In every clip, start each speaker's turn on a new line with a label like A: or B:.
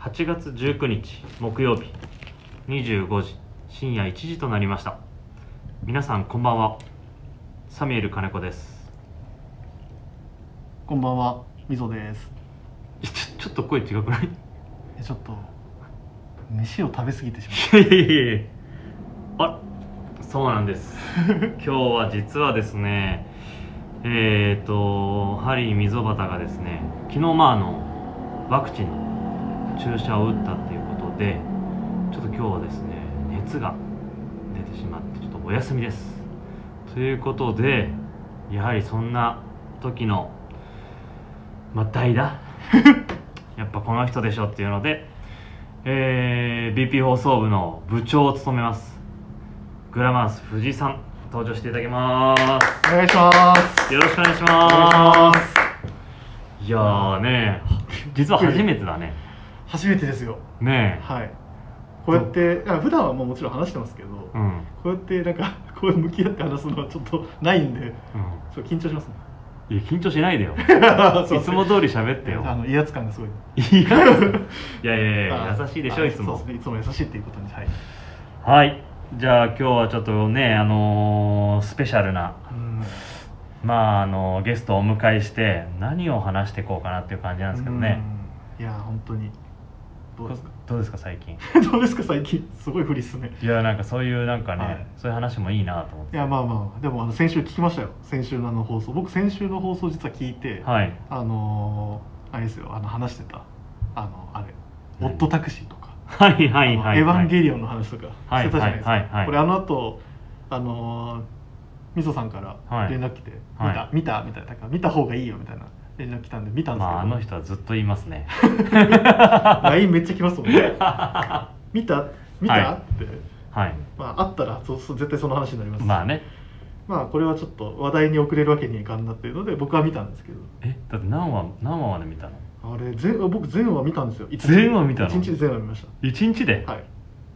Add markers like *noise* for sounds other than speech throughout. A: 8月19日木曜日25時深夜1時となりました皆さんこんばんはサミュエル金子です
B: こんばんは、みぞです。
A: えちょちょっと声違くない
B: えちょっと飯を食べ過ぎてしまっ
A: いやいやいやいやあそうなんです今日は実はですねえっ、ー、とハリー溝端がですね昨日まああのワクチンの注射を打ったっていうことでちょっと今日はですね熱が出てしまってちょっとお休みですということでやはりそんな時のまあ代打やっぱこの人でしょっていうのでえー、BP 放送部の部長を務めますグラマース藤井さん登場していただきま
B: た。お願いします。
A: すよろしくお願いし
B: お願
A: ま
B: いし
A: す
B: ます。
A: いやーね実は初めてだね
B: 初めてですよ。
A: ね
B: はい。こうやって、あ普段はもうもちろん話してますけど、
A: えう
B: こ
A: ん、うん、
B: うやってなんか *laughs* こう向き合って話すのはちょっとないんで、ちょっと緊張
A: *laughs*
B: しますね。
A: いや緊張しないでよい
B: *laughs* そう
A: つも通り喋ってよ
B: *laughs* あの威圧感がすごい。
A: いやいやいやいや
B: あ
A: 優しいでしょ
B: あ
A: いつも
B: そうですね。いつも優しいっていうことにはい。
A: はいじゃあ今日はちょっとねあのースペシャルな
B: うん。
A: まああのゲストをお迎えして何を話していこうかなっていう感じなんですけどね
B: うん。いや本当にどうですか。 *laughs*
A: どうですか最近
B: どうですか最近すごいフリっすね。
A: いやなんかそういうなんかね、
B: はい
A: そういう話もいいなと思っ
B: い
A: て
B: やまあまあでもあの先週聞きましたよ先週のあの放送僕先週の放送実は聞いて、
A: はい
B: あのーあれですよあの話してたあのあれ「
A: 何
B: オットタクシー」とか
A: はいは
B: 「あ
A: い
B: の
A: はい
B: エヴァンゲ
A: リ
B: リオン」の話とか
A: はい
B: してたじゃないですか、
A: はいはいはいはい
B: これあの後あのーみそさんから連絡来て「
A: はいはい
B: 見た見た」みたいなだから見た方がいいよみたいな連絡来たんで見たんで
A: ます
B: けど、
A: ああ
B: *laughs*
A: の人はずっと言いますね
B: LINE めっちゃ来ますも
A: *laughs*
B: んね見た見た、
A: はい
B: って
A: はい
B: まああったらそうそう絶対その話になります
A: まあね
B: まあこれはちょっと話題に遅れるわけにはいかんなっていうので僕は見たんですけど
A: えだって何話何話まで見たの
B: あれ全僕全話見たんですよ一日
A: 全話見たの
B: 一日で全話見まし
A: 一日で、
B: たはい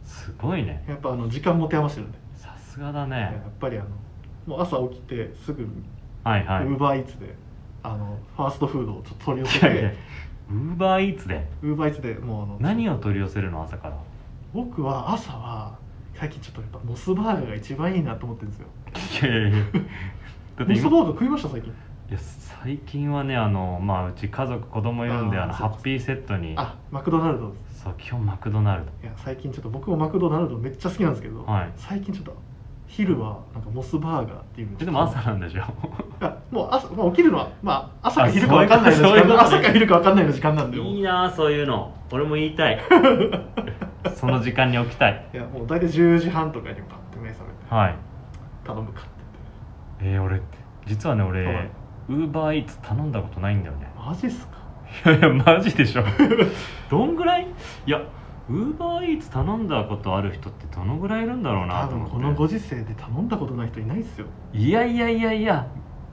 A: すごいね
B: やっぱあの時間持て余してるんで、
A: さすがだ
B: や
A: ね
B: っぱりあのもう朝起きてすぐウ
A: はいはい
B: ーバーイーツであのファーストフードをちょっと取り寄せ
A: いやいや
B: て
A: ウーバーイーツで
B: ウーバーイーツでもうあの
A: 何を取り寄せるの朝から
B: 僕は朝は最近ちょっとやっぱモスバーガーが一番いいなと思ってるんですよ
A: いやいやいや *laughs* だって
B: モス
A: 今
B: バーガー食いました最近
A: いや最近はねあのまあうち家族子供いるんで
B: あー
A: あの
B: そ
A: ハ
B: うか
A: ッピーセットに
B: あマクドナルドです
A: そう基本マクドナルド
B: いや最近ちょっと僕もマクドナルドめっちゃ好きなんですけど、
A: はい
B: 最近ちょっと昼はなんかモスバーガーっていうのを
A: え
B: ちょっと
A: でも朝なんでしょ
B: いやもう朝、まあ、起きるのは、まあ、朝か昼か
A: あ
B: 分かんないの
A: そう
B: 時
A: いうこと
B: 間
A: ね
B: 朝か昼か分かんないの時間なんでもう
A: いい
B: い
A: なあそういうの俺も言い *laughs* たいその時間に起きたい
B: やもう大体10時半とかにパッて目覚めて
A: はい
B: 頼むかって
A: えー、俺実はね
B: は
A: 俺
B: い
A: ウーバーイーツ頼んだことないんだよね
B: マジっすか
A: いやいやマジでしょ *laughs* どんぐらいいやウーバーイーツ頼んだことある人ってどのぐらいいるんだろう
B: 多
A: なと思
B: 分
A: って
B: このご時世で頼んだことない人いないっすよ
A: いやいやいやいや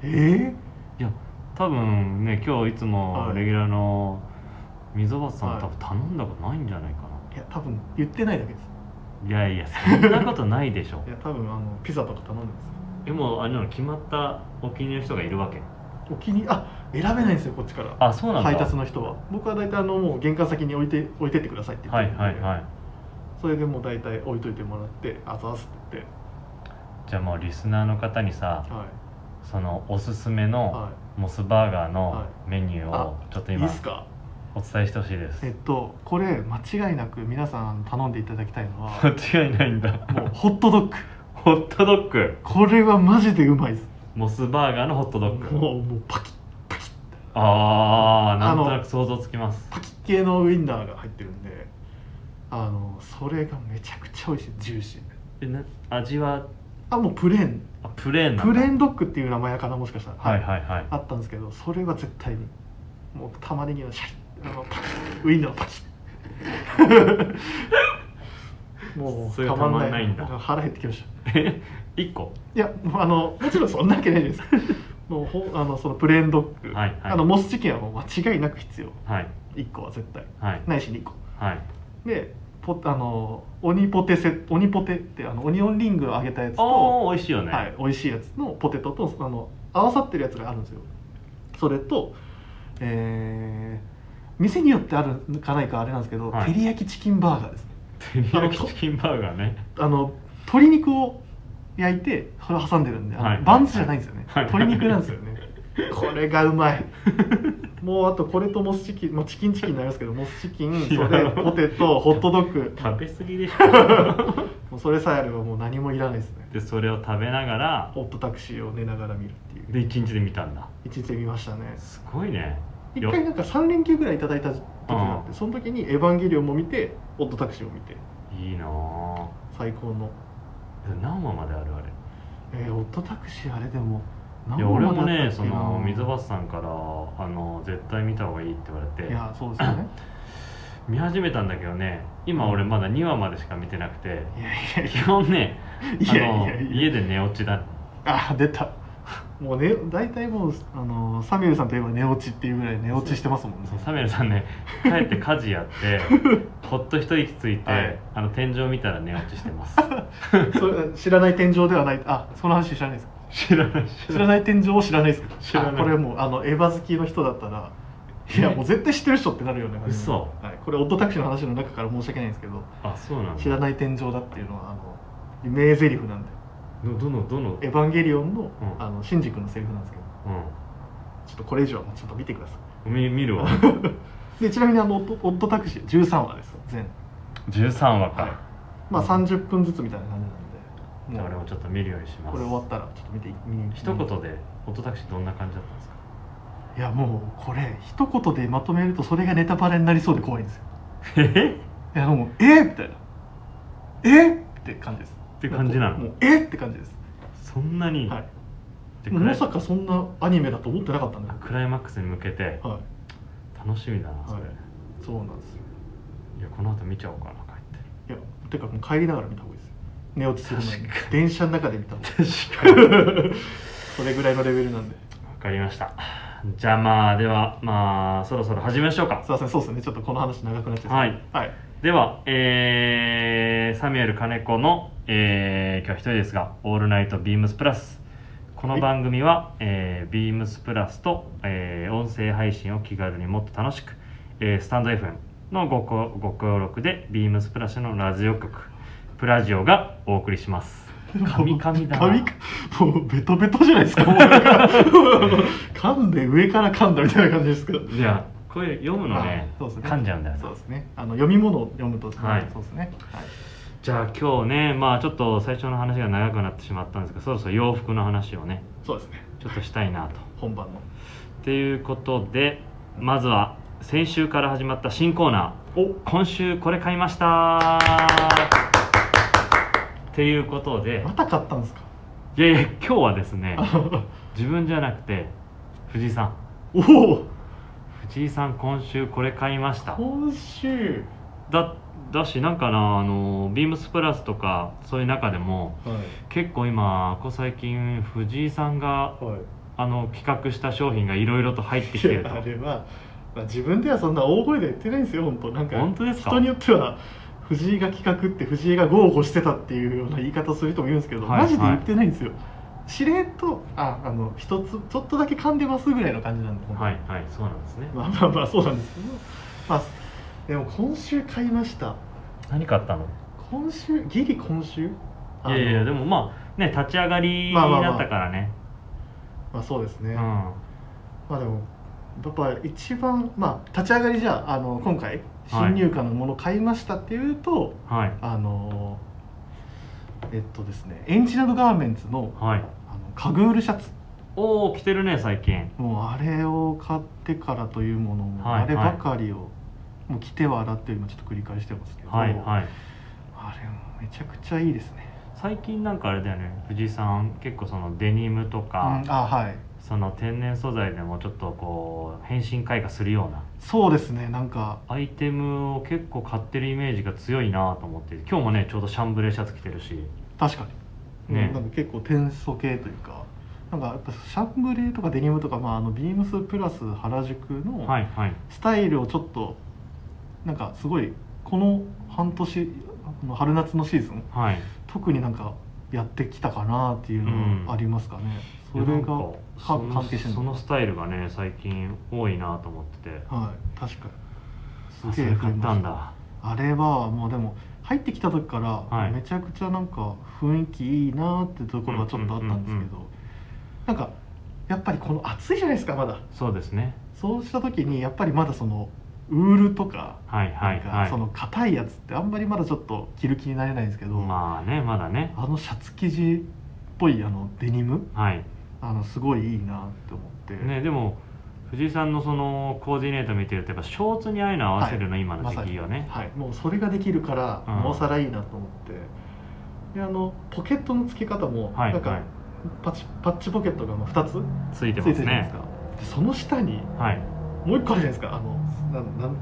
B: え
A: いや多分ね今日いつも
B: はい
A: レギュラーの溝端さん、
B: はい
A: 多分頼んだことないんじゃないか
B: えいや多分言ってないだけです
A: ないやいやそんなこと *laughs* ないでしょ
B: いや多分あのピザとか頼んでま
A: でもあれなの決まったお気に入りの人がいるわけ
B: すお気にあ選べないんですよこっちから
A: あそうなんだ
B: 配達の人は僕は大体あのもう玄関先に置いて置いてってくださいって言っ
A: はい
B: てるんで
A: はいはい
B: それでもう大体置いといてもらってあざーすって言って
A: じゃあもうリスナーの方にさ
B: はい
A: そのおすすめの
B: は
A: モスバーガー
B: は
A: のメニューを
B: あ
A: ちょっと
B: いいいっ
A: 今
B: すか
A: お伝えしてほしいです
B: えっとこれ間違いなく皆さん頼んでいただきたいのは
A: 間違いないんだ
B: もうホットドッグ
A: ホットドッグ
B: これはマジでうまいです
A: モスバーガーのホットドッグ
B: もうもうパキッパキッ
A: ああなんとな
B: あの
A: く想像つきます
B: パキッ系のウインナーが入ってるんであのそれがめちゃくちゃ美味しいジューシーで
A: えな味は
B: あもうプレーン
A: あプレーンなんだ
B: プレーンドッグっていう名前かなもしかしたら
A: はいはいはい
B: あったんですけどそれは絶対にもう玉ねぎのシャリッあのパキッウインナーのパキ
A: *laughs*
B: ッもう
A: それがたまんないんだ
B: 腹減ってきました
A: え1個
B: いやもうあのもちろんそんなわけないです *laughs* もうほあのそのプレーンドッグ、
A: はいはい
B: あのモスチキンはもう間違いなく必要
A: はい
B: 1個は絶対
A: はい
B: ないし2個
A: はい
B: でポあのオニポテセオニポテってあのオニオンリングを揚げたやつと、
A: おお美味しいよね、
B: はい、美味しいやつのポテトとあの合わさってるやつがあるんですよそれとえー店によってあるかないかあれなんですけど、
A: はい
B: 照り焼きチキンバーガーですね
A: 照り焼きチキンバーガーね
B: あの鶏肉を焼いてそれを挟んでるんで、あの
A: はい
B: バンズじゃないんですよね、
A: はい
B: 鶏肉なんですよね、これがうまい *laughs* もうあとこれとモスチキン、まあ、チキンチキンになりますけどモスチキン
A: い
B: そ
A: や
B: れポテトホットドッグ
A: 食べ過ぎでしょ
B: *laughs* もうそれさえあればもう何もいらないですね
A: でそれを食べながら
B: ホットタクシーを寝ながら見るっていう
A: で一日で見たんだ
B: 一日で見ましたね
A: すごいね
B: 一回なんか3連休ぐらいいただいた時があって、
A: う
B: その時に「エヴァンゲリオン」も見て「オットタクシー」を見て
A: いいなぁ
B: 最高の
A: え何話まであるあれ
B: えー、オットタクシーあれでも
A: い
B: 何
A: や
B: 本
A: 俺
B: まで
A: も
B: あ
A: ね
B: った
A: そ
B: っけな
A: の溝端さんからあの絶対見た方がいいって言われ
B: い
A: て
B: やそうですよ
A: *laughs*
B: ね
A: 見始めたんだけどね今俺まだ2話までしか見てなくて
B: いやい
A: 基本ねあ
B: やいやい
A: の
B: やいやいや
A: 家で寝落ちだ
B: あ出たもうね大体もうあのサミュエルさんといえば寝落ちっていうぐらい寝落ちしてますも
A: *laughs*
B: んね
A: そうサミュエルさんね帰って家事やって
B: *laughs*
A: ほっと一息ついて、
B: はい
A: あの天井見たら寝落ちしてます
B: それ知らない天井ではないあその話 *laughs* 知らないですか
A: 知らない知
B: 知らない天井を知らないですか
A: 知らない
B: あこれもうあのエヴァ好きの人だったらいやもう絶対知ってる人ってなるよね
A: 嘘
B: はい、これオットタクシーの話の中から申し訳ないんですけど
A: あそうなんだ
B: 知らない天井だっていうのはあの名台詞なんで
A: どどのどの
B: 「エヴァンゲリオンの」
A: うん
B: あのシンジ君のセリフなんですけどちょっとこれ以上はもうちょっと見てくださ
A: うんみ見るわ
B: い *laughs* でちなみにあのオットオットタクシー13話です全
A: 13話か、
B: はいまあ30分ずつみたいな感じ
A: じゃ
B: な
A: あ
B: ん
A: 俺
B: でも
A: も
B: う
A: ちょっと見るようにします
B: これ終わったらちょっと見て見に
A: 一言でオトタクシーどんな感じだったんですか
B: いやもうこれ一言でまとめるとそれがネタバレになりそうで怖いんですよ
A: え *laughs*
B: いやもうえみたいなえって感じです
A: って感じなの
B: もうえって感じです
A: そんなに、
B: は
A: で
B: い
A: クラ
B: ま
A: イ
B: さかそんなアニメだと思ってなかったんだよ
A: クライマックスに向けて
B: は
A: 楽しみだなそれ、
B: はい
A: い、
B: いそうなんですよ
A: やこの後見ちゃおうかな帰って
B: いやてかもう帰りながら見た方がいいですよ寝落ちする前に電車の中で見た方がいい
A: 確 *laughs* かに
B: それぐらいのレベルなんで
A: わかりましたじゃあまあではまあそろそろ始めましょうか
B: すいませんそうですねちょっとこの話長くなっちゃう
A: はい
B: はい
A: ではえーサミュエル金子の、えー今日は一人ですが「オールナイトビームスプラス」この番組は、えービームスプラスと、えー音声配信を気軽にもっと楽しく、えースタンド FM のごこご協力でビームスプラスのラジオ局プラジオがお送りします神々だな
B: 神々もうベトベトじゃないですかもうなんか *laughs* 噛んで上から噛んだみたいな感じですけど
A: いやこれ読むのね
B: あそうですね
A: 噛んじゃうんだよな
B: そうですねあの読み物を読むと
A: はい
B: そうですねはい
A: じゃあ今日ねまあちょっと最初の話が長くなってしまったんですけどそろそろ洋服の話をね
B: そうですね
A: ちょっとしたいなと。
B: 本番の
A: ということでまずは先週から始まった新コーナー「今週これ買いました」っていうことで
B: また買ったん
A: *laughs*
B: ですか
A: いやいや今日はですね自分じゃなくて藤井さん
B: おお
A: 藤井さん今週これ買いました
B: 今週
A: だだしなんかなあのビームスプラスとかそういう中でも
B: はい
A: 結構今ここ最近藤井さんが
B: はい
A: あの企画した商品がいろいろと入ってきて
B: い
A: る
B: やあ
A: と
B: れは、まあ、自分ではそんな大声で言ってないんですよ本当なんか
A: 本当ですか
B: 人によっては藤井が企画って藤井が豪語してたっていうような言い方する人もいるんですけど、
A: はい
B: マジで言ってないんですよ、しれっとああの一つちょっとだけ噛んでますぐらいの感じなんで、
A: はいはいそうなんですね
B: *laughs* まあまあまあそうなんですけどまあでも今週買いました
A: 何買ったの
B: 今週ギリ今週あ
A: い
B: の
A: やいやでもまあね立ち上がりに
B: まあまあまあ
A: なったからね
B: まあそうですね、
A: うん
B: まあでもやっぱ一番まあ立ち上がりじゃああの今回
A: はい
B: 新入荷のもの買いましたっていうと、
A: はい
B: あのえっとですねエンチナドガーメンツの
A: はい
B: あのカグールシャツ
A: おお着てるね最近
B: もうあれを買ってからというものも、
A: はい
B: あればかりをもう着ては洗って今ちょっと繰り返してますけど、
A: はいはい
B: あれもめちゃくちゃいいですね
A: 最近なんかあれだよね藤井さん結構そのデニムと
B: あ
A: か、
B: あはい
A: その天然素材でもちょっとこう変身開花するような
B: そうですねなんか
A: アイテムを結構買ってるイメージが強いなと思って今日もねちょうどシャンブレーシャツ着てるし
B: 確かに、
A: ね
B: うんなんか結構転送系というかなんかやっぱシャンブレーとかデニムとか、まあ、あのビームスプラス原宿の、
A: はいはい
B: スタイルをちょっとなんかすごいこの半年この春夏のシーズン
A: はい
B: 特になんかやってきたかなっていうの
A: うん
B: はありますかね、
A: いや
B: そ
A: な
B: れ
A: んか
B: がか
A: その
B: 関係してる
A: そ
B: の
A: のスタイルがね最近多いなと思ってて
B: はい確かに
A: あ
B: す
A: そ
B: げえ
A: れ買
B: 買い
A: っ
B: ま
A: た
B: し
A: ん
B: た
A: だ
B: あれはもうでも入ってきた時か
A: は
B: ら
A: い
B: めちゃくちゃなんか雰囲気いいなってところはちょっとあったんですけどなんかやっぱりこの暑いじゃないですかまだ
A: そうですね
B: そうした時にやっぱりまだそのウールとか
A: はいは
B: なん
A: い
B: か
A: はい
B: その硬いやつってあんまりまだちょっと着る気になれないんですけど、
A: まあねまだね
B: あのシャツ生地っぽいあのデニム
A: はい
B: あのすごいいいなって思って、
A: ねでも藤井さんのそのコーディネート見てるとやっぱショーツにああいうの合わせるの、今の
B: まさ
A: 時
B: に
A: 期はね、
B: はい、もうそれができるから
A: うん
B: なおさらいいなと思って、であのポケットの付け方も
A: はい
B: なんか、
A: はい
B: パチパッチポケットがまあ2つ
A: ついてま
B: ついてる
A: す
B: じゃないです
A: ね
B: かでその下に
A: はい
B: もう1個あるじゃないですかあのなんなん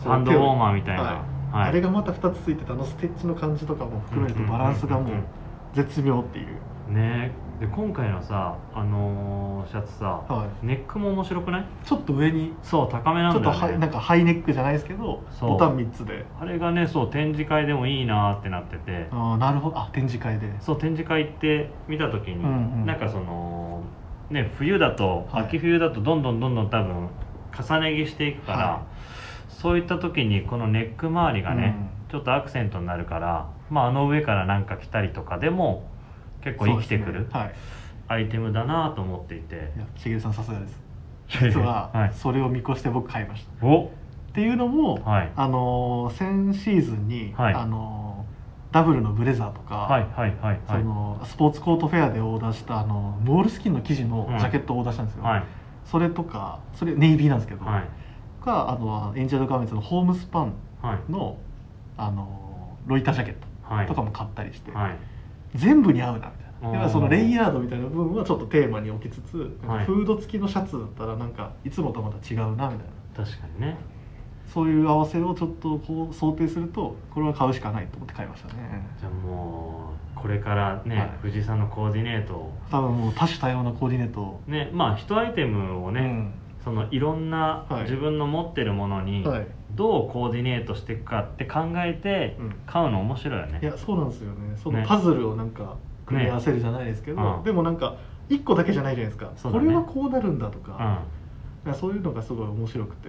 B: その
A: ハンドウォ
B: 手を
A: ーマーみたいな、
B: はい
A: はい
B: あれがまた2つついてたあのステッチの感じとかも含めると
A: うんうんうんう
B: バ
A: ん
B: ランスがもう絶妙っていう、
A: ねで今回のさあのーシャツさ
B: は
A: ネックも面白くない
B: い、ちょっと上に
A: そう高めな
B: ちょ
A: ん
B: っ
A: だ
B: とハ
A: よ
B: イ
A: ね
B: なんかハイネックじゃないですけど
A: そう
B: ボタン3つで
A: あれがねそう展示会でもいいなーってなってて
B: あーなるほどあ展示会で
A: そう展示会行って見た時に、
B: うんうん
A: なんかそのね冬だと、
B: はい
A: 秋冬だとどんどんどんどん多分重ね着していくから、
B: は
A: そういった時にこのネック周りがね、ちょっとアクセントになるから、まあ、あの上からなんか着たりとかでも結構
B: そう
A: 生
B: で
A: き
B: す
A: て
B: ね
A: くる
B: はい
A: アイテムだなと思っていて
B: いや茂さんさすがです
A: *laughs*
B: 実
A: は、
B: はいそれを見越して僕買いました、
A: お
B: っていうのも、
A: はい
B: あのー先シーズンに、
A: はい
B: あのーダブルのブレザーとか、
A: はいはいはい
B: そ
A: はい
B: のスポーツコートフェアでオーダーしたあのモールスキンの生地のジャケットをオーダーしたんですよ、
A: はい
B: それとかそれネイビーなんですけど、
A: はい
B: かあのエンジェルガーメンツのホームスパン
A: はい
B: のあのロイタージャケット
A: はい
B: とかも買ったりして、
A: はい
B: 全部に合うなみ
A: お
B: たいな
A: ー
B: だからそのレイヤードみたいな部分はちょっとテーマに置きつつ、
A: はい
B: フード付きのシャツだったらなんかいつもとまた違うなみたいな
A: 確かにね
B: そういう合わせをちょっとこう想定するとこれは買うしかないと思って買いましたね
A: じゃあもうこれからね、
B: はい
A: 藤井さんのコーディネートを
B: 多分もう多種多様なコーディネートを
A: ねまあ一アイテムをね、そのいろんな
B: はい
A: 自分の持ってるもの
B: うん
A: に
B: はい、
A: どうコーディネートしていくかって考えて
B: うん
A: 買うの面白いよね
B: いやそうなんですよねそ
A: ね
B: のパズルをなんか組み合わせるじゃないですけど、
A: うん
B: でもなんか一個だけじゃないじゃないですか、
A: そうだ
B: こ
A: ね
B: れはこうなるんだと
A: う
B: か,、
A: ん
B: そういうのがすごい面白くて、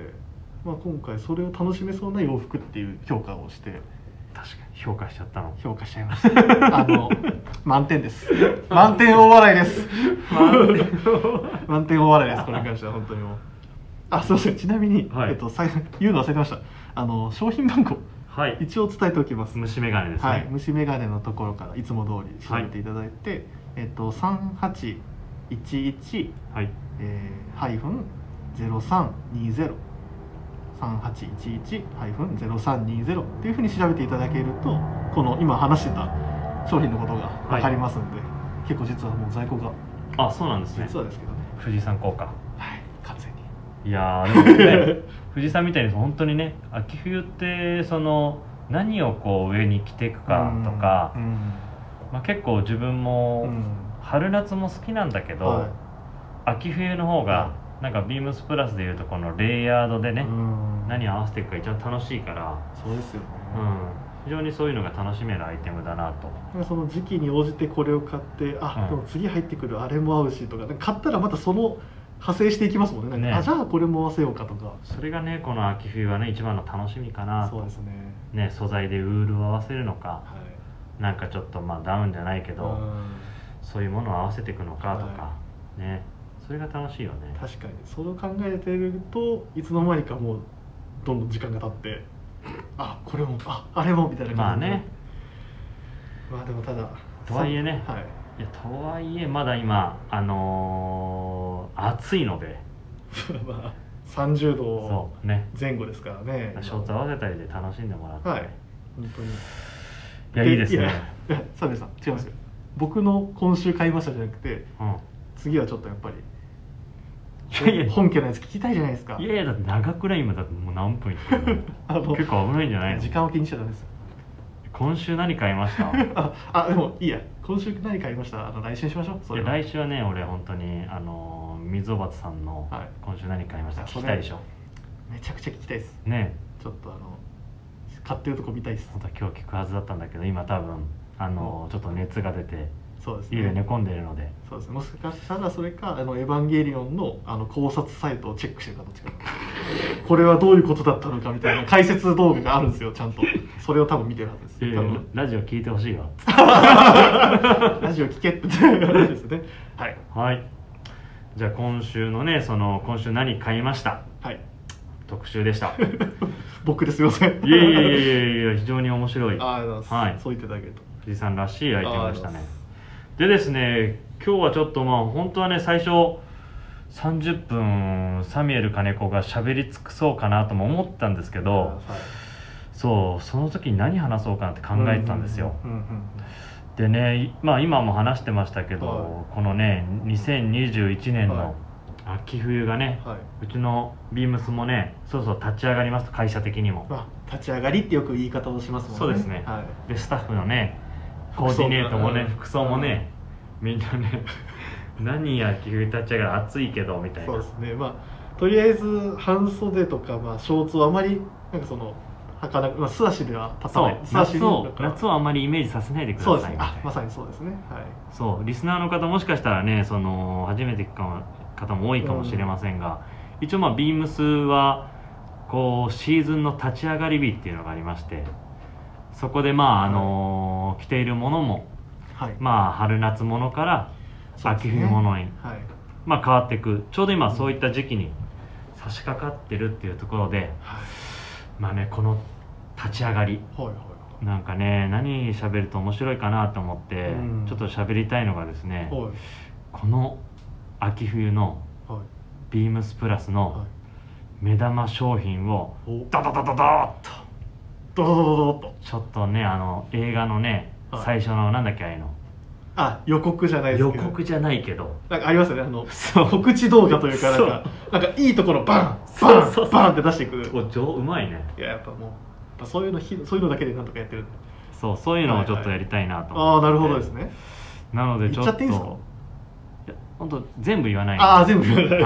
B: まあ、今回それを楽しめそうな洋服っていう評価をして
A: 確かに評価しちゃったの
B: 評価しちゃいました *laughs* あの満点です満点大笑いです満点大笑いですこれに関しては本当にもうあすいませんちなみに、
A: はい
B: えっと、さい言うの忘れてましたあの商品番号
A: はい
B: 一応伝えておきます
A: 虫眼鏡ですね、
B: はい、虫眼鏡のところからいつも通り調べていただいて、えっと三八一一
A: はい
B: ハイフンゼロ三二ゼロ三八一一ハイフンゼロ三二ゼロっていうふうに調べていただけるとこの今話してた商品のことがわかりますので、結構実はもう在庫が
A: あそうなんですね
B: 実はですけどね、
A: 富士山効果
B: はい完全に
A: いや
B: *laughs*
A: ーでもね富士山みたいに本当にね秋冬ってその何をこう上に着ていくかとか
B: う、ん
A: まあ、結構自分も、
B: うん
A: 春夏も好きなんだけど、
B: は
A: 秋冬の方が
B: は
A: なんかビームスプラスでいうとこのレイヤードで
B: い
A: ね
B: う、ん
A: 何合わせていくか一番楽しいから、
B: そうですよね、
A: うん、非常にそういうのが楽しめるアイテムだなと
B: その時期に応じてこれを買ってあ、
A: うん
B: でも次入ってくるあれも合うしとかなんか買ったらまたその派生していきますもんねなんか
A: ね
B: あじゃあこれも合わせようかとか
A: それがねこの秋冬はね一番の楽しみかな
B: そう
A: と
B: ですね
A: ね素材でウールを合わせるのか
B: はい
A: なんかちょっとまあダウンじゃないけど、
B: うん
A: そういうものを合わせていくのかとか、
B: は
A: ねそれが楽しいよね
B: 確かにそれを考えてるといつの間にかもうどんどん時間が経ってあこれもああれもみたいな
A: まあ
B: 感じで
A: ね
B: まあでもただ
A: とはいえね
B: さはい
A: いやとはいえまだ今あのー暑いので
B: *laughs* まあ30度
A: そうね
B: 前後ですからね
A: ショーツ合わせたりで楽しんでもらって、
B: はい
A: い、
B: 本当に
A: やいいです
B: や
A: ね
B: いやサベさん違いますよ僕の今週買いましたじゃなくて
A: うん
B: 次はちょっとやっぱり
A: いやいや
B: 本家のやつ聞きたいじゃないですか
A: いやいやだって長くない今だってもう何分いってる
B: *laughs* あ
A: の
B: の
A: 結構危ないんじゃないの
B: 時間を気にしちゃダメですよ
A: 今週何買いましたい
B: ああでもいいや今週何買いましたあの来週にしましょう *laughs* それ
A: や
B: は
A: 来週はね俺本当にあのー溝端さんの
B: はい
A: 今週何買いました、
B: あ
A: 聞きたいでしょ
B: めちゃくちゃ聞きたいです
A: ね
B: ちょっとあの買ってるとこ見たいです
A: 本当は今日聞くはずだったんだけど今多分あのーちょっと熱が出て
B: そうですね
A: 家で寝込んでいるので
B: そうですねもしかしたらそれか「あのエヴァンゲリオンの」あの考察サイトをチェックしてるかどっちかこれはどういうことだったのかみたいな解説動画があるんですよちゃんとそれを多分見てるはず
A: いや
B: で
A: いや
B: す多分
A: ラジオ聞いてほしいわ
B: ラジオ聞けって話ですねはい
A: はいじゃあ今週のねその今週何買いました
B: はい
A: 特集でした
B: *laughs* 僕ですいません
A: いやいやいやいやいや非常に面白い
B: ありがとうございます、
A: はい
B: そう言っていただけると
A: 藤井さんらしいアイテムでしたね
B: あ
A: でですね今日はちょっとまあ本当はね最初30分サミュエル金子が喋り尽くそうかなとも思ったんですけど
B: はい
A: そうその時に何話そうかなって考えてたんですよ、
B: うんうんうん
A: でね、いまあ、今も話してましたけど、
B: は
A: このね2021年
B: はい
A: の秋冬がね、
B: はいう
A: ちのビームスもねそろそろ立ち上がりますと会社的にも
B: まあ、立ち上がりってよく言い方をしますもんね
A: そうですね
B: はい
A: でスタッフのねコ
B: 服装
A: ーディネートもね
B: うん
A: 服装もねみんな
B: *laughs*
A: ね何や秋冬立ち上がり暑いけどみたい
B: そうで
A: な
B: すねまあとりあえず半袖とか、まあ、ショーツをあまりなんかその儚く、まあ、素足では立た
A: そ
B: ないう素足
A: 夏を
B: だから
A: 夏をあんまりイメージさせないでくださ
B: そう
A: い
B: ですね
A: みたい
B: あ
A: な
B: まさにそうですねはい
A: そうリスナーの方もしかしたらねその初めて聞くかも方も多いかもしれませんが、一応まあビームスはこうシーズンの立ち上がり日っていうのがありましてそこでまああの着ているものも
B: はい
A: まあ春夏物から
B: そうです
A: 秋
B: ね
A: 冬物に、
B: はい
A: まあ変わっていくちょうど今そういった時期に差し掛かってるっていうところで
B: はい
A: まあねこの立ち上がり
B: はいはい
A: なんかね何喋ると面白いかなと思って、
B: うん
A: ちょっと喋りたいのがですね、
B: はい
A: この秋冬の
B: はい
A: ビームスプラス
B: は
A: の
B: い
A: 目玉商品を
B: お
A: ドドドドドーっ
B: ドドドドドドと
A: とちょっとねあの映画のね、
B: はい
A: 最初のなんだっけあれの
B: あ予告じゃないです
A: 予
B: けど
A: 告じゃないけど
B: なんかありますよねあの
A: そう
B: 告知動画というかなんかなんかいいところバン
A: そう
B: バン
A: そうそう
B: バンって出してくる
A: *laughs* お上うまいね
B: いややっぱもうやっぱそういうのひそういうのだけでなんとかやってるんで
A: そうそういうのをちょっとやりたいなと思
B: ああ
A: って
B: なるほどですね
A: なのでちょっと
B: 言っちゃっていいんですか
A: いや本当全部言わない
B: ああ全部言わない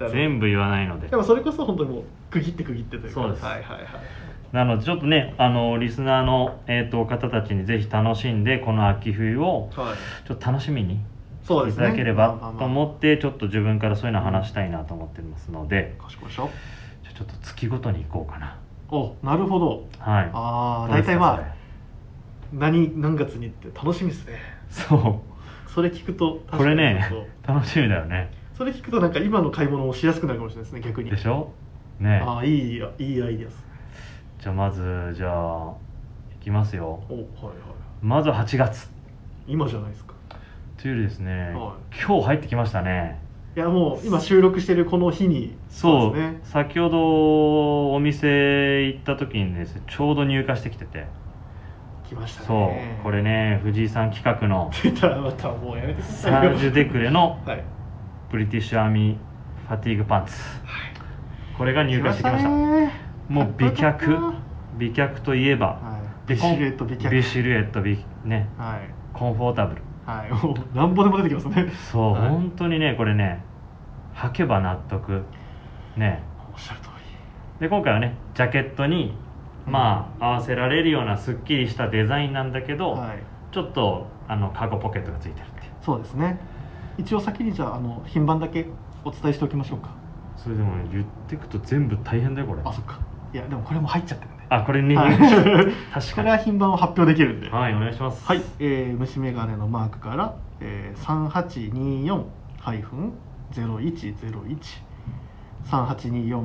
A: はい、全部言わないので
B: *laughs* でもそれこそ本当にもう区切って区切ってというか
A: そうです
B: はいはいはい
A: なのでちょっとねあのリスナーの、えー、と方たちにぜひ楽しんでこの秋冬を
B: はい
A: ちょっと楽しみに
B: そう
A: い
B: です
A: た
B: ね
A: だければと
B: まあまあま
A: 思ってちょっと自分からそういうの話したいなと思ってますので
B: あ賢いでしょ
A: じゃあちょっと月ごとに行こうかな
B: おなるほど
A: はい
B: ああ
A: どうで
B: 大
A: すか
B: 体まあ何何月にって楽しみですね
A: それそ
B: それ聞くと
A: うこれね
B: 確かにちょっ
A: 楽しみだよね
B: とそれ聞くとなんか今の買い物もしやすくなるかもしれないですね逆に
A: でしょね
B: ああいいやいいアイディアです
A: じゃあまずじゃあいきますよ
B: おはいはい
A: まず8月
B: 今じゃないですか
A: というよりですね、
B: は
A: 今日入ってきましたね
B: いやもう今収録してるこの日に
A: そう
B: ですね
A: 先ほどお店行った時にですねちょうど入荷してきてて、
B: 来ましたね
A: そうこれね藤井さん企画の
B: 出たらまたもうやめてください
A: サ
B: よ
A: ージュ・デクレの
B: はい
A: ブリティッシュアーミーファティーグパンツ、これが入荷してきました
B: ね
A: もう美
B: かっこ
A: 脚
B: よかっ
A: 美脚といえ
B: た
A: ば
B: はい
A: で
B: ビシルエット美脚
A: 美シルエット美ね
B: はい
A: コンフォータブル
B: はいもうなんぼでも出てきますね
A: そう、
B: はい
A: 本当にねこれね履けば納得ね
B: おっしゃる通
A: で今回はねジャケットにまあ合わせられるようなすっきりしたデザインなんだけ
B: り
A: ど、
B: はい
A: ちょっとあのカゴポケットがついてるっていう
B: そうですね一応先にじゃああの品番だけお伝えしておきましょうか
A: それでもね言ってくと全部大変だよこれ
B: あそっかいやでもこれも入っちゃってるね
A: あこれね、
B: はい
A: *laughs* 確
B: こ
A: か
B: れ
A: に
B: は品番を発表できるんで
A: はいお願いします
B: はい、えー、虫眼鏡のマークから、えー、3824-0101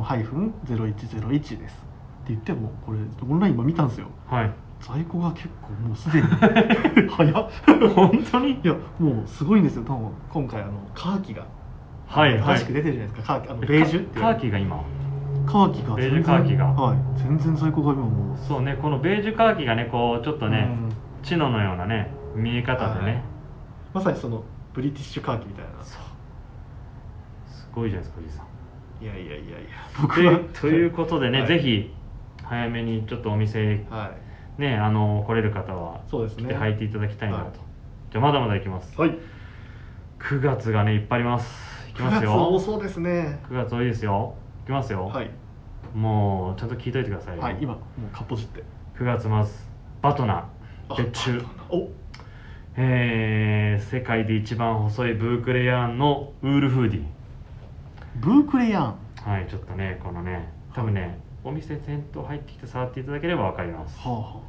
B: 3824-0101ですって言ってもこれオンライン今見たんですよ
A: はい
B: 在庫が結構もうすで
A: *laughs*
B: に早っ
A: 本当に
B: いやもうすごいんですよ多分今回あのカーキが
A: はいはい
B: 新しく出てるじゃないですか、カーキあのベージュっ
A: カ
B: ていう
A: カーキが今
B: カーキが
A: ベージュカーキが
B: はい全然在庫が今もう
A: そうねこのベージュカーキがねこうちょっとね、
B: うん
A: チノのようなね見え方でね、
B: まさにそのブリティッシュカーキみたいな
A: そうすごいじゃないですかおじさん
B: いやいやいやいや僕
A: とい
B: は
A: うということでね、
B: はい
A: ぜひ早めにちょっとお店
B: はい
A: ねあの来れる方は
B: そうです
A: 来
B: ね。
A: て履いていただきたいなと、
B: はい
A: じゃあまだまだいきます
B: はい。
A: 9月がねいっぱいありますいきます
B: 9月多
A: よ
B: そうですね。
A: 9月多いですよいきますよ、
B: はい。
A: もうちゃんと聞いといてくださいよ、
B: はい。今もうカッポジって。
A: 9月まずバトナ
B: あ
A: 別注
B: お。
A: ーえー世界で一番細いブークレヤーンのウールフーディ
B: ブークレヤン
A: はいちょっとねこのね多分ねお店全頭入ってきて触っていただければ分かります
B: は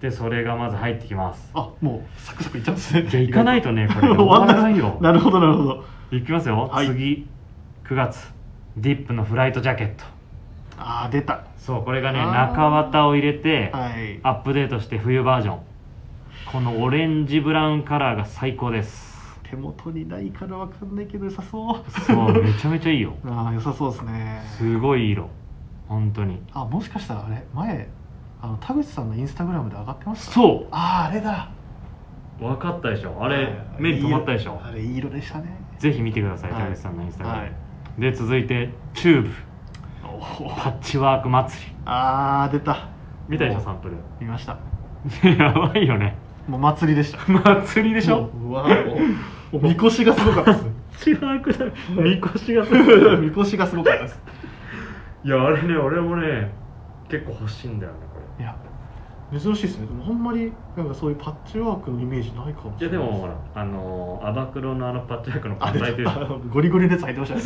A: でそれがまず入ってきます
B: あ、はあ、あもうサクサクいっちゃうんですね
A: じゃあ行かないとねこれ終
B: *laughs* 終わ
A: わ
B: んない
A: らないよ
B: なるほどなるほど
A: 行きますよ、
B: はい
A: 次9月ディップのフライトジャケット
B: ああ出た
A: そうこれがね
B: あー
A: 中綿を入れて
B: はい
A: アップデートして冬バージョンこのオレンジブラウンカラーが最高です
B: 手元にないからわかんないけど良さそう
A: そうめちゃめちゃいいよ
B: *laughs* ああ良さそうですね
A: すごい色本当に
B: あもしかしたらあれ前あの田口さんのインスタグラムで上がってました
A: そ
B: あああれだ
A: う分かったでしょあ
B: は
A: れ
B: い
A: 目に留まったでしょ
B: あれいい色でしたね
A: ぜひ見てください
B: はい
A: 田口さんのインスタグラ
B: は
A: ム
B: い
A: で続いてチューブ
B: おー
A: パッチワーク祭り
B: *laughs* ああ出た
A: 見たでしょサンプル
B: 見ました
A: やばいよね
B: もう祭りでした
A: 祭りでしょ
B: うわ
A: *laughs*
B: おみこしがすごかったです
A: パッ
B: *laughs*
A: チワークだみこしがすご *laughs* い
B: みこしがすごかったです
A: いやあれね俺もね結構欲しいんだよねこれ
B: いや珍しいですねでもほんまになんかそういうパッチワークのイメージないかもし
A: いや
B: れな
A: で
B: い
A: もほらあのーアバクロのあのパッチワークのパ
B: あ出
A: ンサイという
B: た
A: か
B: ゴリゴリのやつ入ってました
A: *laughs*
B: ね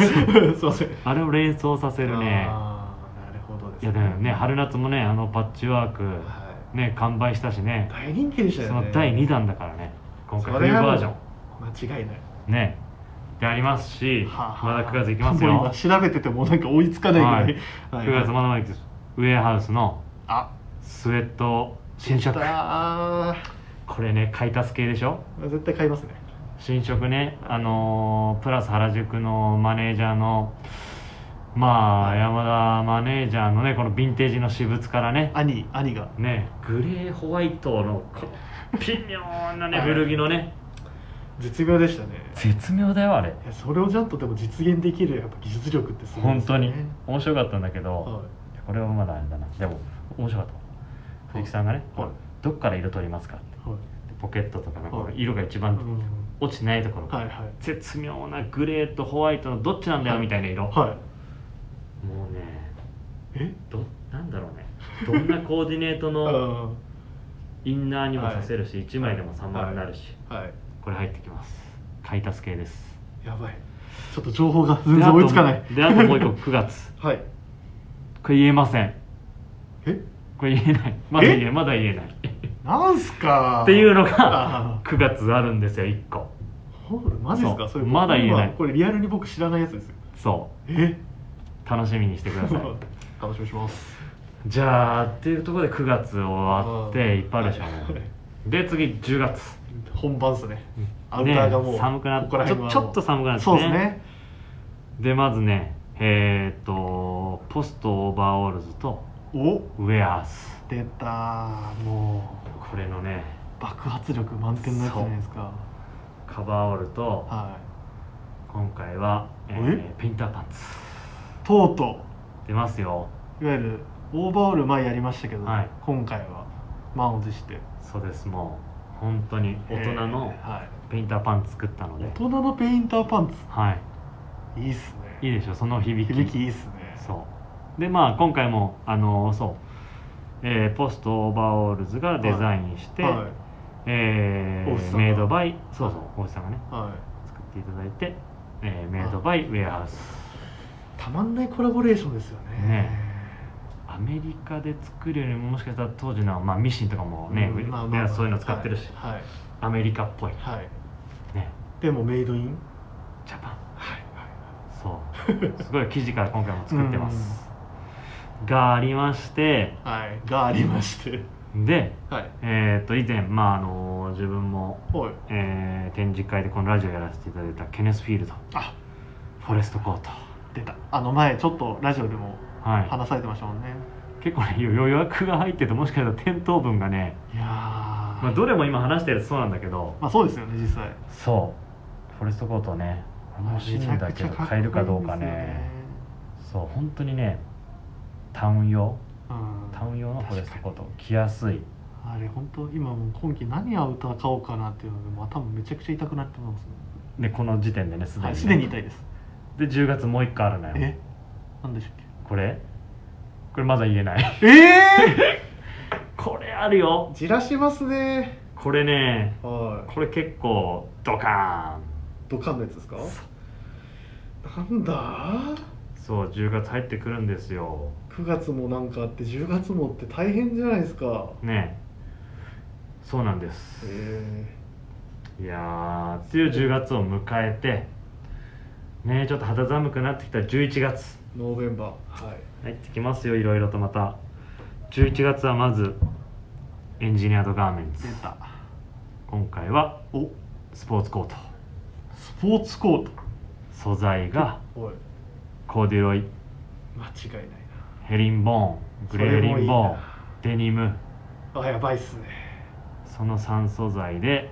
B: すいません
A: あれを連想させるね
B: あーなるほどです
A: いやでもね春夏もねあのパッチワーク
B: は
A: ね完売したし
B: い
A: ね
B: 大人気でしたよ
A: そ
B: ね
A: の第2弾だからね今回
B: そ
A: 冬
B: れはもう
A: バージョ
B: 間違いない
A: ンねでありますしまだ9月いきます
B: もう
A: よ
B: 今調べててもなんか追いつかないぐらい、
A: 9月
B: は
A: ま
B: い
A: だまだいきますウェアハウスの
B: あ
A: スウェット新色
B: あ
A: これね買い足す系でしょ
B: ー絶対買いますね
A: 新色ねあのープラス原宿のマネージャーのまあ山田マネージャーのねこのヴィンテージの私物からね
B: 兄兄が
A: ねグレーホワイトのこのピンニョーンなね
B: はい
A: 古着のね
B: 絶妙でしたね
A: 絶妙だよあれ
B: いやそれをちゃんとでも実現できるやっぱ技術力ってすごいで
A: 本
B: すよ
A: 当に
B: ね
A: 面白かったんだけど
B: はい
A: これはまだあれだなでも面白かった藤木さんがね
B: はい
A: どっから色取りますかって
B: はい
A: ポケットとかのこの
B: はい
A: 色が一
B: う
A: 番
B: ん
A: 落ちないところ
B: はいはい
A: 絶妙なグレーとホワイトのどっちなんだよみたいな色も
B: はいう
A: ね
B: え
A: どなんだろうねどんなコーディネート *laughs*
B: う
A: の
B: ん
A: インナーにもさせるし1枚でも3枚になるし
B: はい
A: これ入ってきます買い足す系です
B: やばいちょっと情報が全然追いつかない
A: であともう
B: *laughs*
A: 一個9月
B: はい
A: これ言えません
B: え
A: これ言えないまだ言え
B: え
A: まだ言えない
B: なんすか
A: っていうの
B: あ
A: が9月あるんですよ1個
B: ほんマジですか
A: そう
B: それ
A: まだ言えない
B: 今これリアルに僕知らないやつですよ
A: そ
B: え
A: う楽しみにしてください
B: *laughs* 楽しみにします
A: じゃあっていうところで9月終わっていっぱいあるでしょ
B: はい
A: もうで次10月
B: 本番っすねアウターがもう
A: ね寒くなっ
B: ここら
A: てち
B: 辺
A: ょ
B: は
A: ちょっと寒くなって
B: そうですね
A: でまずねえーっとポストオーバーオールズと
B: お
A: ウェアース
B: 出たも
A: これのね
B: う爆発力満点のやつじゃないですか
A: カバーオールと
B: は
A: 今回は、えーペインターパンツ
B: いとうと
A: 出ますよ
B: ういわゆるオーバーオール前やりましたけど
A: はい
B: 今回は満を持して
A: そうですもう本当に大人の
B: えーはい
A: ペインターパンツ作ったので
B: 大人のペインターパン
A: は
B: ツいいっす
A: いい
B: ね
A: いでしょその響き
B: 響きいいっすね
A: そうでまあ今回もあのそう、えーポストオーバーオールズがデザインして、
B: はい
A: えー
B: 大内さんが
A: メイドバイそうそう大石さんがね
B: はい
A: 作っていただいて、えーメイドバイウェアハウス
B: たまんないコラボレーションですよね
A: ねアメリカで作るよりももしかしたら当時の、まあ、ミシンとかもね、
B: うんまあ
A: ね
B: まあまあ
A: そういうの使ってるし、
B: はい
A: アメリカっぽい
B: はい、はい
A: ね
B: でもメイドイン
A: ジャパン
B: はい
A: そう *laughs* すごい生地から今回も作ってますがありまして
B: はい、はい、がありまして
A: で
B: はい
A: えっ、と以前まああの自分も、
B: おい
A: えー展示会でこのラジオやらせていただいたケネスフィールド
B: あ
A: フォレストコート
B: 出たあの前ちょっとラジオでも
A: はい
B: 話されてましたもんね、
A: 結構ね予予約が入っててもしかしたら店頭分がね、
B: い、やー、
A: まあ、
B: まあ、
A: どれも今話してるやつそうなんだけど
B: そうですよね実際
A: そうフォレストコートね面白いんだけど
B: めちゃくちゃかっこいい
A: 買えるかどうか
B: ですよ
A: ねそう本当にねタウン用
B: うん
A: タウン用のフォレストコート着やすい
B: あれ本当今もう今季何アウター買おうかなっていうのでもう頭めちゃくちゃ痛くなってます
A: でこの時点でねすでにね、
B: はいすでに痛いです
A: で10月もう1個あるのよ
B: えなんでしょ
A: これこれまだ言えない
B: うええ
A: *laughs* これあるよ
B: *laughs* じらしますね
A: これね
B: は
A: これ結構ドカ
B: いドカンのやつですかなんだ
A: ーンそう10月入ってくるんですよ
B: 9月もなんかあって10月もって大変じゃないですか
A: ねそうなんです
B: え
A: いやー梅雨10月を迎えてねちょっと肌寒くなってきた11月
B: ー、ノーベンバーはい
A: 入ってきますよいろいろとまた11月はまずエンジニアードガーメンツ
B: た
A: 今回は
B: お
A: スポーツコート
B: スポーツコート
A: 素材が
B: おい
A: コーデュロイ
B: 間違いない
A: ヘリンボーングレーヘリンボーンデニム
B: なあやばいっすね
A: その3素材で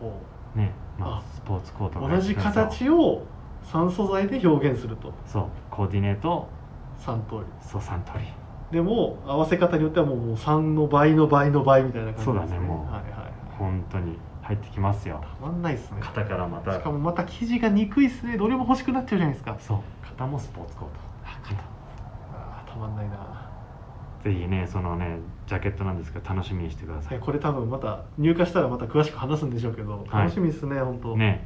B: お
A: ね、まあ、
B: あ
A: スポーツコートが
B: 同じ形を3素材で表現すると
A: そうコーディネート
B: 3通り
A: そうサントリー
B: でも合わせ方によってはもうもう3の倍の倍の倍みたいな感じです
A: そうだねもう
B: はいはい
A: 本当に入ってきますよ
B: たまんないっすね
A: 肩からまた
B: しかもまた生地が憎いっすねどれも欲しくなっちゃうじゃないですか
A: そう肩もスポーツコート
B: あーたまんないな
A: ぜひねそのねジャケットなんですけど楽しみにしてくださ
B: いや
A: い
B: これ多分また入荷したらまた詳しく話すんでしょうけど
A: はい
B: 楽しみっすね、本当
A: ね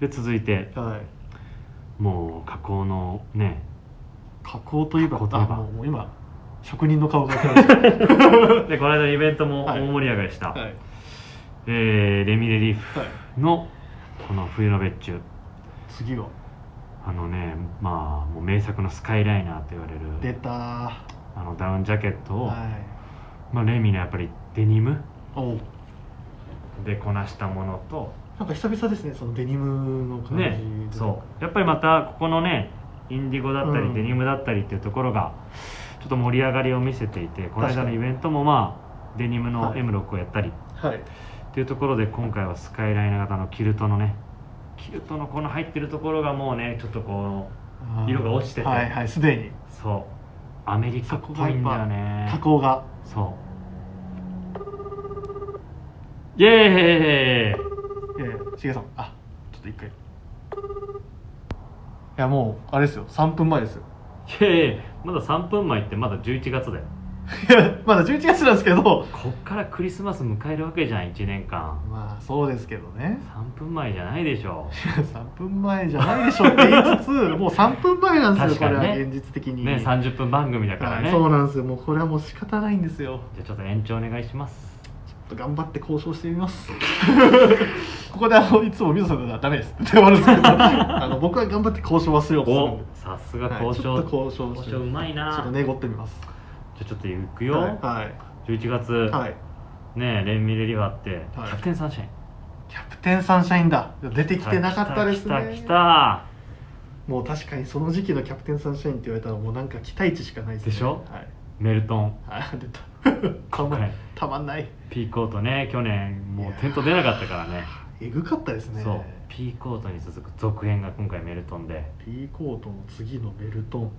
A: で続いて
B: はい
A: もう加工のね
B: 加工といえば
A: 加工といえば
B: あもうもう今職人の顔が浮かびま
A: *laughs*
B: した、
A: でこの間のイベントも
B: はい
A: 大盛り上がりした、
B: はいはい、
A: えーレミレリーフのこの冬の別注
B: 次は
A: あのねまあもう名作のスカイライナーと言われる
B: 出たは
A: あのダウンジャケットを、
B: い
A: まあ、レミのやっぱりデニム
B: おう
A: でこなしたものと
B: なんか久々ですねそのデニムの感じ
A: ねそうやっぱりまたここのねインディゴだった
B: う
A: り
B: ん
A: デニムだったりっていうところがちょっと盛り上がりを見せていてこの間
B: 確
A: の
B: かに
A: イベントもまあデニムの
B: はい
A: M6 をやったり
B: はい
A: っていうところで今回はスカイライナー型のキルトのねキルトのこの入ってるところがもうねちょっとこ
B: あー
A: 色が落ちてて
B: はいはいすでに
A: うそうアメリカっぽいんだよ
B: 加
A: ね
B: 工が
A: そうイエーイ
B: えー、しげさんあちょっと一回いやもうあれですよ3分前ですよ *laughs*
A: いやいやいやまだ3分前ってまだ11月だよ
B: いやまだ11月なんですけど
A: こっからクリスマス迎えるわけじゃん1年間
B: まあそうですけどね
A: 3分前じゃないでしょ
B: 3分前じゃないでしょって言いつつもう3分前なんですよ、
A: 確
B: こ
A: か
B: れ
A: に
B: は
A: ね
B: 現実的に、
A: ね30分番組だから
B: は
A: ね
B: い、そうなんですよもうこれはもう仕方ないんですよ
A: じゃあちょっと延長お願いします
B: ちょっと頑張って交渉してみます *laughs* ここであのいつも水野さんが「ダメです」って終わるんですけどあの僕は頑張って交渉はするようとするん
A: お
B: で
A: さす
B: は
A: が
B: い
A: 交渉、
B: ちょっと交渉して
A: 交渉うまいな
B: ちょっとねごってみます
A: じゃあちょっと行くよ、
B: はい
A: 11月、
B: はい、はい
A: ねレンミレリはあって、
B: はい
A: キャプテンサンシャイン
B: キャプテンサンシャインだ出てきてなかったですね
A: 来た来た来た
B: もう確かにその時期のキャプテンサンシャインって言われたらもうなんか期待値しかないです、ね、
A: でしょ
B: はい
A: メルトン
B: あ出た *laughs*
A: 今回
B: たまんない
A: ピーコートね去年もうテント出なかったからね
B: えぐかったですね
A: そうピーコートに続く続編が今回メルトンで
B: ピーコートの次のベルトン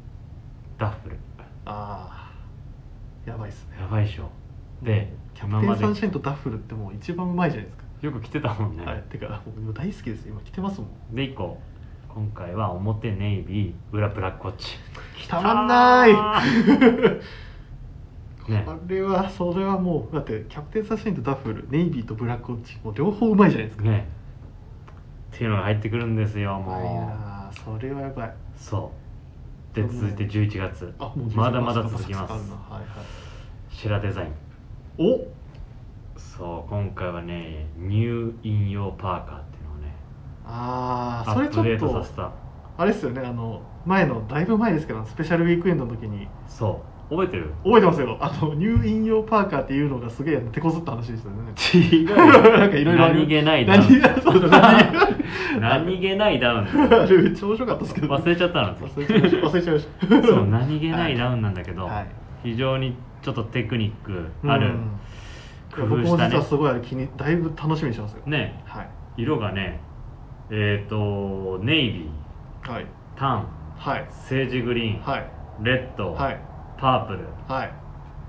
A: ダッフル
B: ああやばいっすね
A: やばいでしょで
B: キャ
A: 今
B: プテ
A: ま
B: ン
A: で
B: サンシャインとダッフルってもう一番うまいじゃないですか
A: よく来てたもんね、
B: はい、てか僕今大好きです今着てますもん
A: で一個今回は表ネイビー裏ブラックウォッチ
B: たまんない
A: ね
B: あれはそれはもうだってキャプテンサンシャインとダッフルネイビーとブラックウォッチもう両方うまいじゃないですか
A: ねっていうのが入ってくるんですよ
B: うまい
A: も
B: なあそれはやばいう
A: そうで続いて11月
B: あもう
A: まだまだ続きます
B: バサバサバサあるなはいはい
A: シェラデザイン
B: お
A: そう今回はね入院用パーカーっていうのをね
B: ああ
A: ア
B: それ
A: ッ
B: ちょ
A: プデ
B: っ
A: ート
B: と
A: させた
B: あれですよねあの前のだいぶ前ですけどスペシャルウィークエンドの時に
A: そう覚えてる
B: 覚えてますよあの入院用パーカーっていうのがすげえ手こずった話でしたよ
A: *laughs*
B: ね
A: 違
B: なんかいろいろある
A: 何気ないダウ
B: 何
A: ン
B: がそうだ何
A: 何気ないダウン
B: があれめっちゃ面白かったですけど
A: 忘れちゃったの
B: 忘れちゃいました忘れちゃいました
A: そう何気ないダウンなんだけど、
B: はい
A: 非常にちょっとテクニックあ
B: う
A: る
B: ん
A: 工夫した
B: 僕も実
A: ね
B: はすごいあれ気にだいぶ楽しみにしてますよ
A: ね
B: はい
A: 色がねえっ、とネイビー
B: はい
A: タン
B: はい
A: セージグリーン、
B: はい
A: レッド、
B: はい
A: パープル
B: はい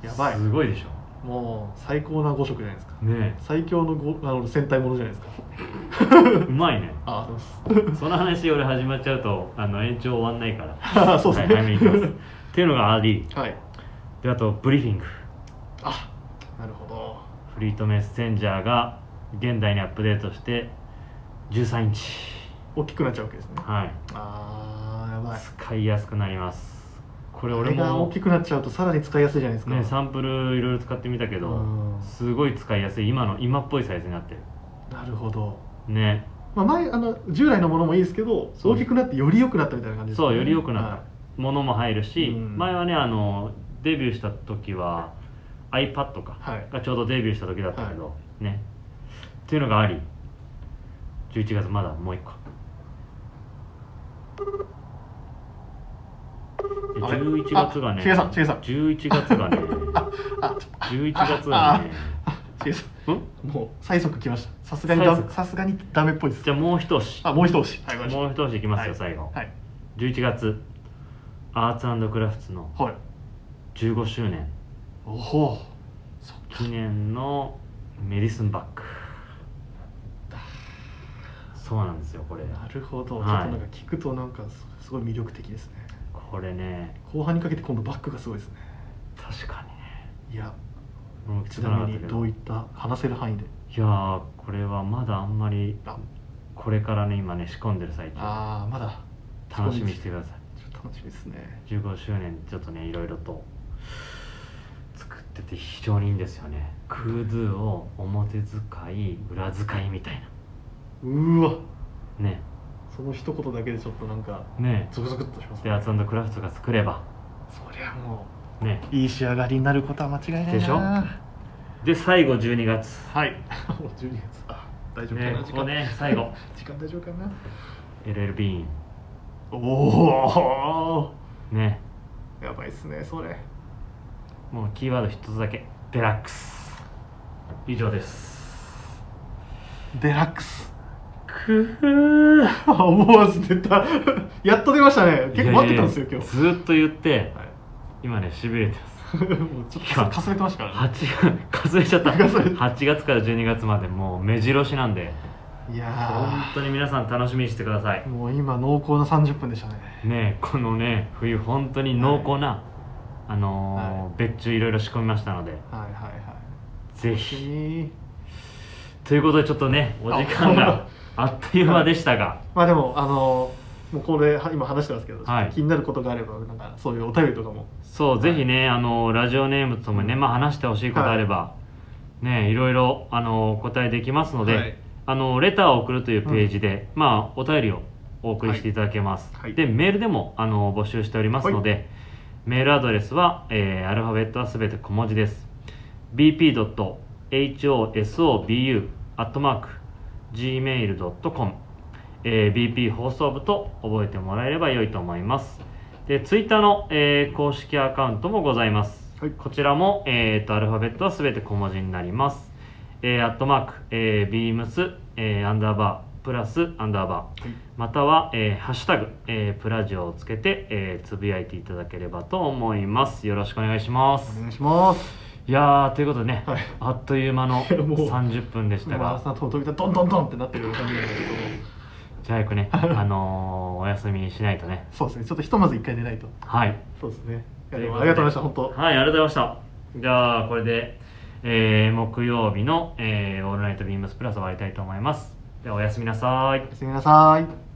B: やばい
A: すごいでし
B: もう最高な5色じゃないですか
A: ょね
B: 最強のごあの戦隊ものじゃないですか
A: え *laughs* うまいね
B: あそうです
A: その話俺始まっちゃうとあの延長終わんないから
B: あ *laughs* そうですね
A: はい、早めに行きますっていうのがあり
B: はい
A: であとブリーフィング
B: あなるほど
A: フリートメッセンジャーが現代にアップデートして13インチ
B: 大きくなっちゃうわけですね
A: はい
B: あーやばい
A: 使いやすくなりますこれ
B: こ
A: 俺
B: れが大
A: も
B: きくなっちゃうとさらに使いやすいじゃないですか
A: ねサンプルいろいろ使ってみたけ
B: う
A: ど
B: ん
A: すごい使いやすい今の今っぽいサイズになってる
B: なるほど、
A: ね
B: まあ、前あの従来のものもいいですけど
A: そう
B: 大きくなってより良くなったみたいな感じですね
A: そうより良くなっ
B: は
A: たものも入るし
B: うん
A: 前はねあのデビューした時は iPad か
B: はい
A: がちょうどデビューした時だったけどねっていうのがあり11月まだもう一個で
B: あれ
A: 11月がね
B: あシゲさんシゲさん
A: 11月
B: *laughs*
A: がね
B: あ
A: 11月がね
B: いシゲさ
A: うん
B: んもう催促きましたさすがにダ
A: 催
B: メ
A: 促
B: さすがにダメっぽいです
A: じゃあもう一押し
B: あもう一押しはいわかりま
A: もう一押しいきますよ最後
B: したはい
A: 11月アーツクラフツの
B: はい
A: 15周年
B: おおそっ
A: 記念のメディスンバッグそうなんですよこれ
B: なるほど、
A: はい
B: ちょっとなんか聞くとなんかすすごい魅力的ですね
A: これね
B: 後半にかけて今度バックがすごいですね
A: 確かにね
B: いや
A: うん
B: ち
A: 気づかな
B: な
A: かっ
B: み
A: た
B: に
A: け
B: ど
A: ど
B: う
A: い
B: いった話せる範囲で
A: やーこれはまだあんまり
B: あ
A: これからね今ね仕込んでる最中
B: あーまだ
A: 楽しみにしてくださ
B: ちょっと楽しみですね
A: い15周年ちょっとねいろいろと作ってて非常にいいんですよねクーズーを表使い裏使いみたいう
B: ーわ
A: なね
B: その一言だけでちょっとなんか
A: ね
B: ゾクゾクっとします
A: で
B: ね
A: アーツクラフトが作れば
B: そりゃも
A: ね
B: ういい仕上がりになることは間違いないな
A: でしょで最後12月
B: はい *laughs* もう12月あ大丈夫かな、
A: ねここね最後
B: *laughs* 時間大丈夫かな
A: LL ビーン
B: おお
A: ね
B: やばいっすねそれ
A: もうキーワード一つだけデラックス以上です
B: デラックス
A: くー
B: あ思わず出たやっと出ましたね結構待ってたんですよ
A: いやい
B: 今
A: や
B: 日、
A: ずーっと言って
B: はい
A: 今ねしびれてます
B: もうちょっとかかすれてましたからね
A: 8月 *laughs* かすれちゃった
B: かすれ
A: 8月から12月までもう目白押しなんで
B: い
A: 本
B: や
A: 当に皆さん楽しみにしてください
B: ーもう今濃厚な30分でしたね
A: ねこのね冬本当に濃厚な、あのー別注いろいろ仕込みましたので
B: はいはいはい
A: ぜ
B: 楽し
A: ひ
B: み
A: ということでちょっとねお時間があっという間でしたが
B: まあでもあのもうこれは今話してますけど、
A: はい
B: 気になることがあればなんかそういうお便りとかも
A: そう、ぜひねあのラジオネームとともにね、まあ、話してほしいことあれば、ねいろいろあのお答えできますので、
B: はい
A: あのレターを送るというページで、まあお便りをお送りしていただけます、
B: はいはい
A: でメールでもあの募集しておりますので、メールアドレスは、えーアルファベットはすべて小文字です bp.hosobu.gmail.com、えー BP 放送部と覚えてもらえれば良いと思いますでツイッターの、えー公式アカウントもございます、
B: はい
A: こちらも、えー、とアルファベットはすべて小文字になりますえー、アットマーク、えー、ビームス、えー、アンダーバープラスアンダーバーまたは、えー、ハッシュタグ、えー、プラジオをつけて、えー、つぶやいていただければと思いますよろしくお願いします
B: お願いします
A: いやーということでね、
B: はい
A: あっという間の
B: いやもう
A: 30分でした
B: まあ
A: が
B: さと飛びたドンドンドンってなってる感じなんですけど
A: じゃあ早くねあのー、お休みにしないとね
B: そうですねちょっとひとまず一回出ないと
A: はい
B: そうですねいやでもありがとうございました本当
A: はい、ありがとうございました。じゃあ、これで、えー木曜日の、えーオールナイトビームスプラス終わりたいと思います。では、おやすみなさい。
B: おやすみなさい